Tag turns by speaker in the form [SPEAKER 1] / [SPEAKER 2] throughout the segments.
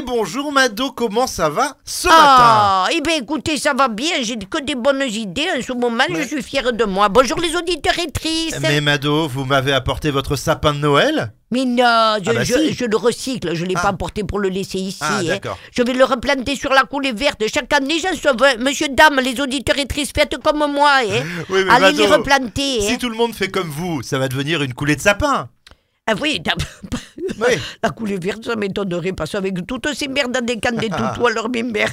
[SPEAKER 1] bonjour Mado, comment ça va ce matin
[SPEAKER 2] Ah, eh bien écoutez, ça va bien, j'ai que des bonnes idées. En ce moment, je suis fière de moi. Bonjour les auditeurs et tristes.
[SPEAKER 1] Mais Mado, vous m'avez apporté votre sapin de Noël
[SPEAKER 2] Mais non, je,
[SPEAKER 1] Ah bah
[SPEAKER 2] je-
[SPEAKER 1] si.
[SPEAKER 2] je le recycle, je ne l'ai
[SPEAKER 1] Ah.
[SPEAKER 2] pas porté pour le laisser ici.
[SPEAKER 1] Ah,
[SPEAKER 2] hein.
[SPEAKER 1] d'accord.
[SPEAKER 2] Je vais le replanter sur la coulée verte. Chaque année, j'en sauve un. Monsieur, dame, les auditeurs et tristes, faites comme moi. hein.
[SPEAKER 1] Oui, mais
[SPEAKER 2] Allez
[SPEAKER 1] Mado,
[SPEAKER 2] les replanter. hein.
[SPEAKER 1] Eh ben Si tout le monde fait comme vous, ça va devenir une coulée de sapin.
[SPEAKER 2] Ah oui, dame,
[SPEAKER 1] Oui.
[SPEAKER 2] la coulée verte, ça m'étonnerait parce qu'avec toutes ces merdes à décanter tout, ou alors mes mères,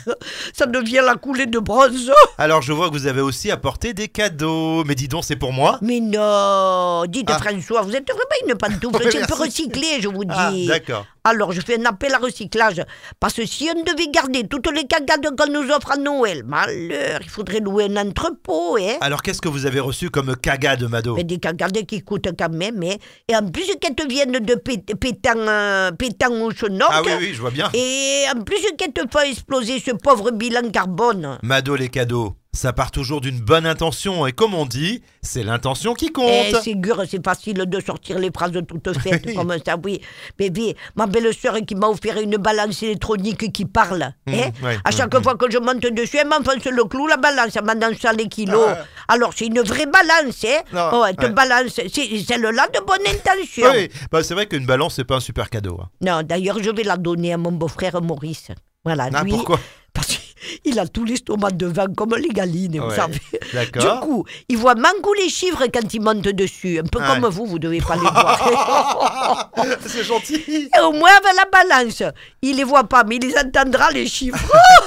[SPEAKER 2] ça devient la coulée de bronze.
[SPEAKER 1] Alors je vois que vous avez aussi apporté des cadeaux. Mais dis donc, c'est pour moi
[SPEAKER 2] Mais non Dites
[SPEAKER 1] Ah.
[SPEAKER 2] François, vous êtes vraiment une pantoufle.
[SPEAKER 1] Oui,
[SPEAKER 2] je peux
[SPEAKER 1] merci.
[SPEAKER 2] recycler, je vous
[SPEAKER 1] Ah,
[SPEAKER 2] dis.
[SPEAKER 1] d'accord.
[SPEAKER 2] Alors, je fais un appel à recyclage. Parce que si on devait garder toutes les cagades qu'on nous offre à Noël, malheur, il faudrait louer un entrepôt, hein
[SPEAKER 1] Alors qu'est-ce que vous avez reçu comme caga de Mado
[SPEAKER 2] Mais des cagades qui coûtent quand même, hein Et en plus, qu'elles viennent de Pé- Pétan, euh, Pétan au Chenoc.
[SPEAKER 1] Ah oui, oui, je vois bien.
[SPEAKER 2] Et en plus, qu'elles te font exploser ce pauvre bilan carbone.
[SPEAKER 1] Mado, les cadeaux, ça part toujours d'une bonne intention. Et comme on dit, c'est l'intention qui compte.
[SPEAKER 2] Eh, c'est dur, c'est facile de sortir les phrases toutes faites
[SPEAKER 1] Oui.
[SPEAKER 2] comme ça, oui. Bébé, ma belle-sœur qui m'a offert une balance électronique qui parle.
[SPEAKER 1] Mmh,
[SPEAKER 2] hein.
[SPEAKER 1] ouais,
[SPEAKER 2] à
[SPEAKER 1] mmh,
[SPEAKER 2] chaque fois que je monte dessus, elle m'enfonce le clou, la balance, elle m'enfonce les kilos.
[SPEAKER 1] Ah.
[SPEAKER 2] Alors, c'est une vraie balance, hein.
[SPEAKER 1] Non,
[SPEAKER 2] Oh, elle te
[SPEAKER 1] ouais.
[SPEAKER 2] balance. C'est celle-là de bonne intention.
[SPEAKER 1] Oui, bah, c'est vrai qu'une balance, c'est pas un super cadeau. hein.
[SPEAKER 2] Non, d'ailleurs, je vais la donner à mon beau-frère Maurice. Voilà,
[SPEAKER 1] Ah,
[SPEAKER 2] lui,
[SPEAKER 1] pourquoi
[SPEAKER 2] parce qu'il a tout l'estomac devant comme les galines, vous
[SPEAKER 1] Ouais,
[SPEAKER 2] savez. Du
[SPEAKER 1] D'accord.
[SPEAKER 2] coup, il voit manco les chiffres quand il monte dessus. Un peu
[SPEAKER 1] Ah ouais.
[SPEAKER 2] comme vous, vous devez pas les voir.
[SPEAKER 1] c'est gentil.
[SPEAKER 2] Et au moins avec la balance. Il les voit pas, mais il les entendra les chiffres. Oh,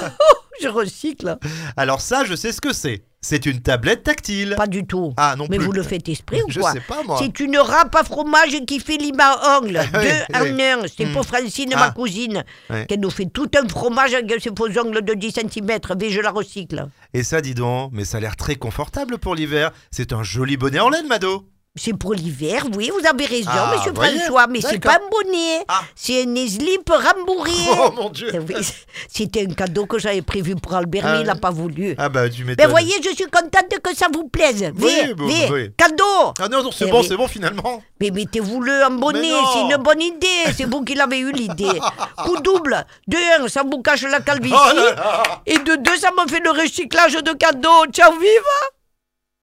[SPEAKER 2] Je recycle.
[SPEAKER 1] Alors ça, je sais ce que c'est. C'est une tablette tactile.
[SPEAKER 2] Pas du tout.
[SPEAKER 1] Ah non
[SPEAKER 2] mais
[SPEAKER 1] plus.
[SPEAKER 2] vous le faites esprit ou
[SPEAKER 1] Je
[SPEAKER 2] quoi
[SPEAKER 1] sais pas, moi.
[SPEAKER 2] C'est une râpe à fromage qui fait lima à ongles.
[SPEAKER 1] Ah oui,
[SPEAKER 2] Deux en
[SPEAKER 1] oui.
[SPEAKER 2] un. C'est
[SPEAKER 1] Hmm.
[SPEAKER 2] pour Francine,
[SPEAKER 1] Ah.
[SPEAKER 2] ma cousine,
[SPEAKER 1] Ouais.
[SPEAKER 2] qu'elle nous fait tout un fromage avec ses faux ongles de 10 cm. Mais je la recycle.
[SPEAKER 1] Et ça, dis donc, mais ça a l'air très confortable pour l'hiver. C'est un joli bonnet en laine, Mado.
[SPEAKER 2] C'est pour l'hiver, oui, vous avez raison,
[SPEAKER 1] Ah,
[SPEAKER 2] monsieur
[SPEAKER 1] voyez,
[SPEAKER 2] François, mais c'est
[SPEAKER 1] d'accord.
[SPEAKER 2] pas un bonnet,
[SPEAKER 1] Ah.
[SPEAKER 2] c'est un slip rembourré.
[SPEAKER 1] Oh mon Dieu.
[SPEAKER 2] Eh oui, C'était un cadeau que j'avais prévu pour Albert,
[SPEAKER 1] Ah.
[SPEAKER 2] mais il n'a pas voulu.
[SPEAKER 1] Ah bah tu
[SPEAKER 2] Mais
[SPEAKER 1] m'étonnes.
[SPEAKER 2] Ben, voyez, je suis contente que ça vous plaise. Vé,
[SPEAKER 1] bon,
[SPEAKER 2] vé,
[SPEAKER 1] oui.
[SPEAKER 2] cadeau
[SPEAKER 1] Ah non, non, c'est
[SPEAKER 2] Eh
[SPEAKER 1] bon,
[SPEAKER 2] oui.
[SPEAKER 1] c'est bon finalement.
[SPEAKER 2] Mais mettez-vous-le en bonnet,
[SPEAKER 1] non.
[SPEAKER 2] c'est une bonne idée, c'est vous qui l'avez eu l'idée. Coup double, de un, ça vous cache la calvitie,
[SPEAKER 1] Oh là là.
[SPEAKER 2] et de deux, ça me fait le recyclage de cadeaux. Ciao, vive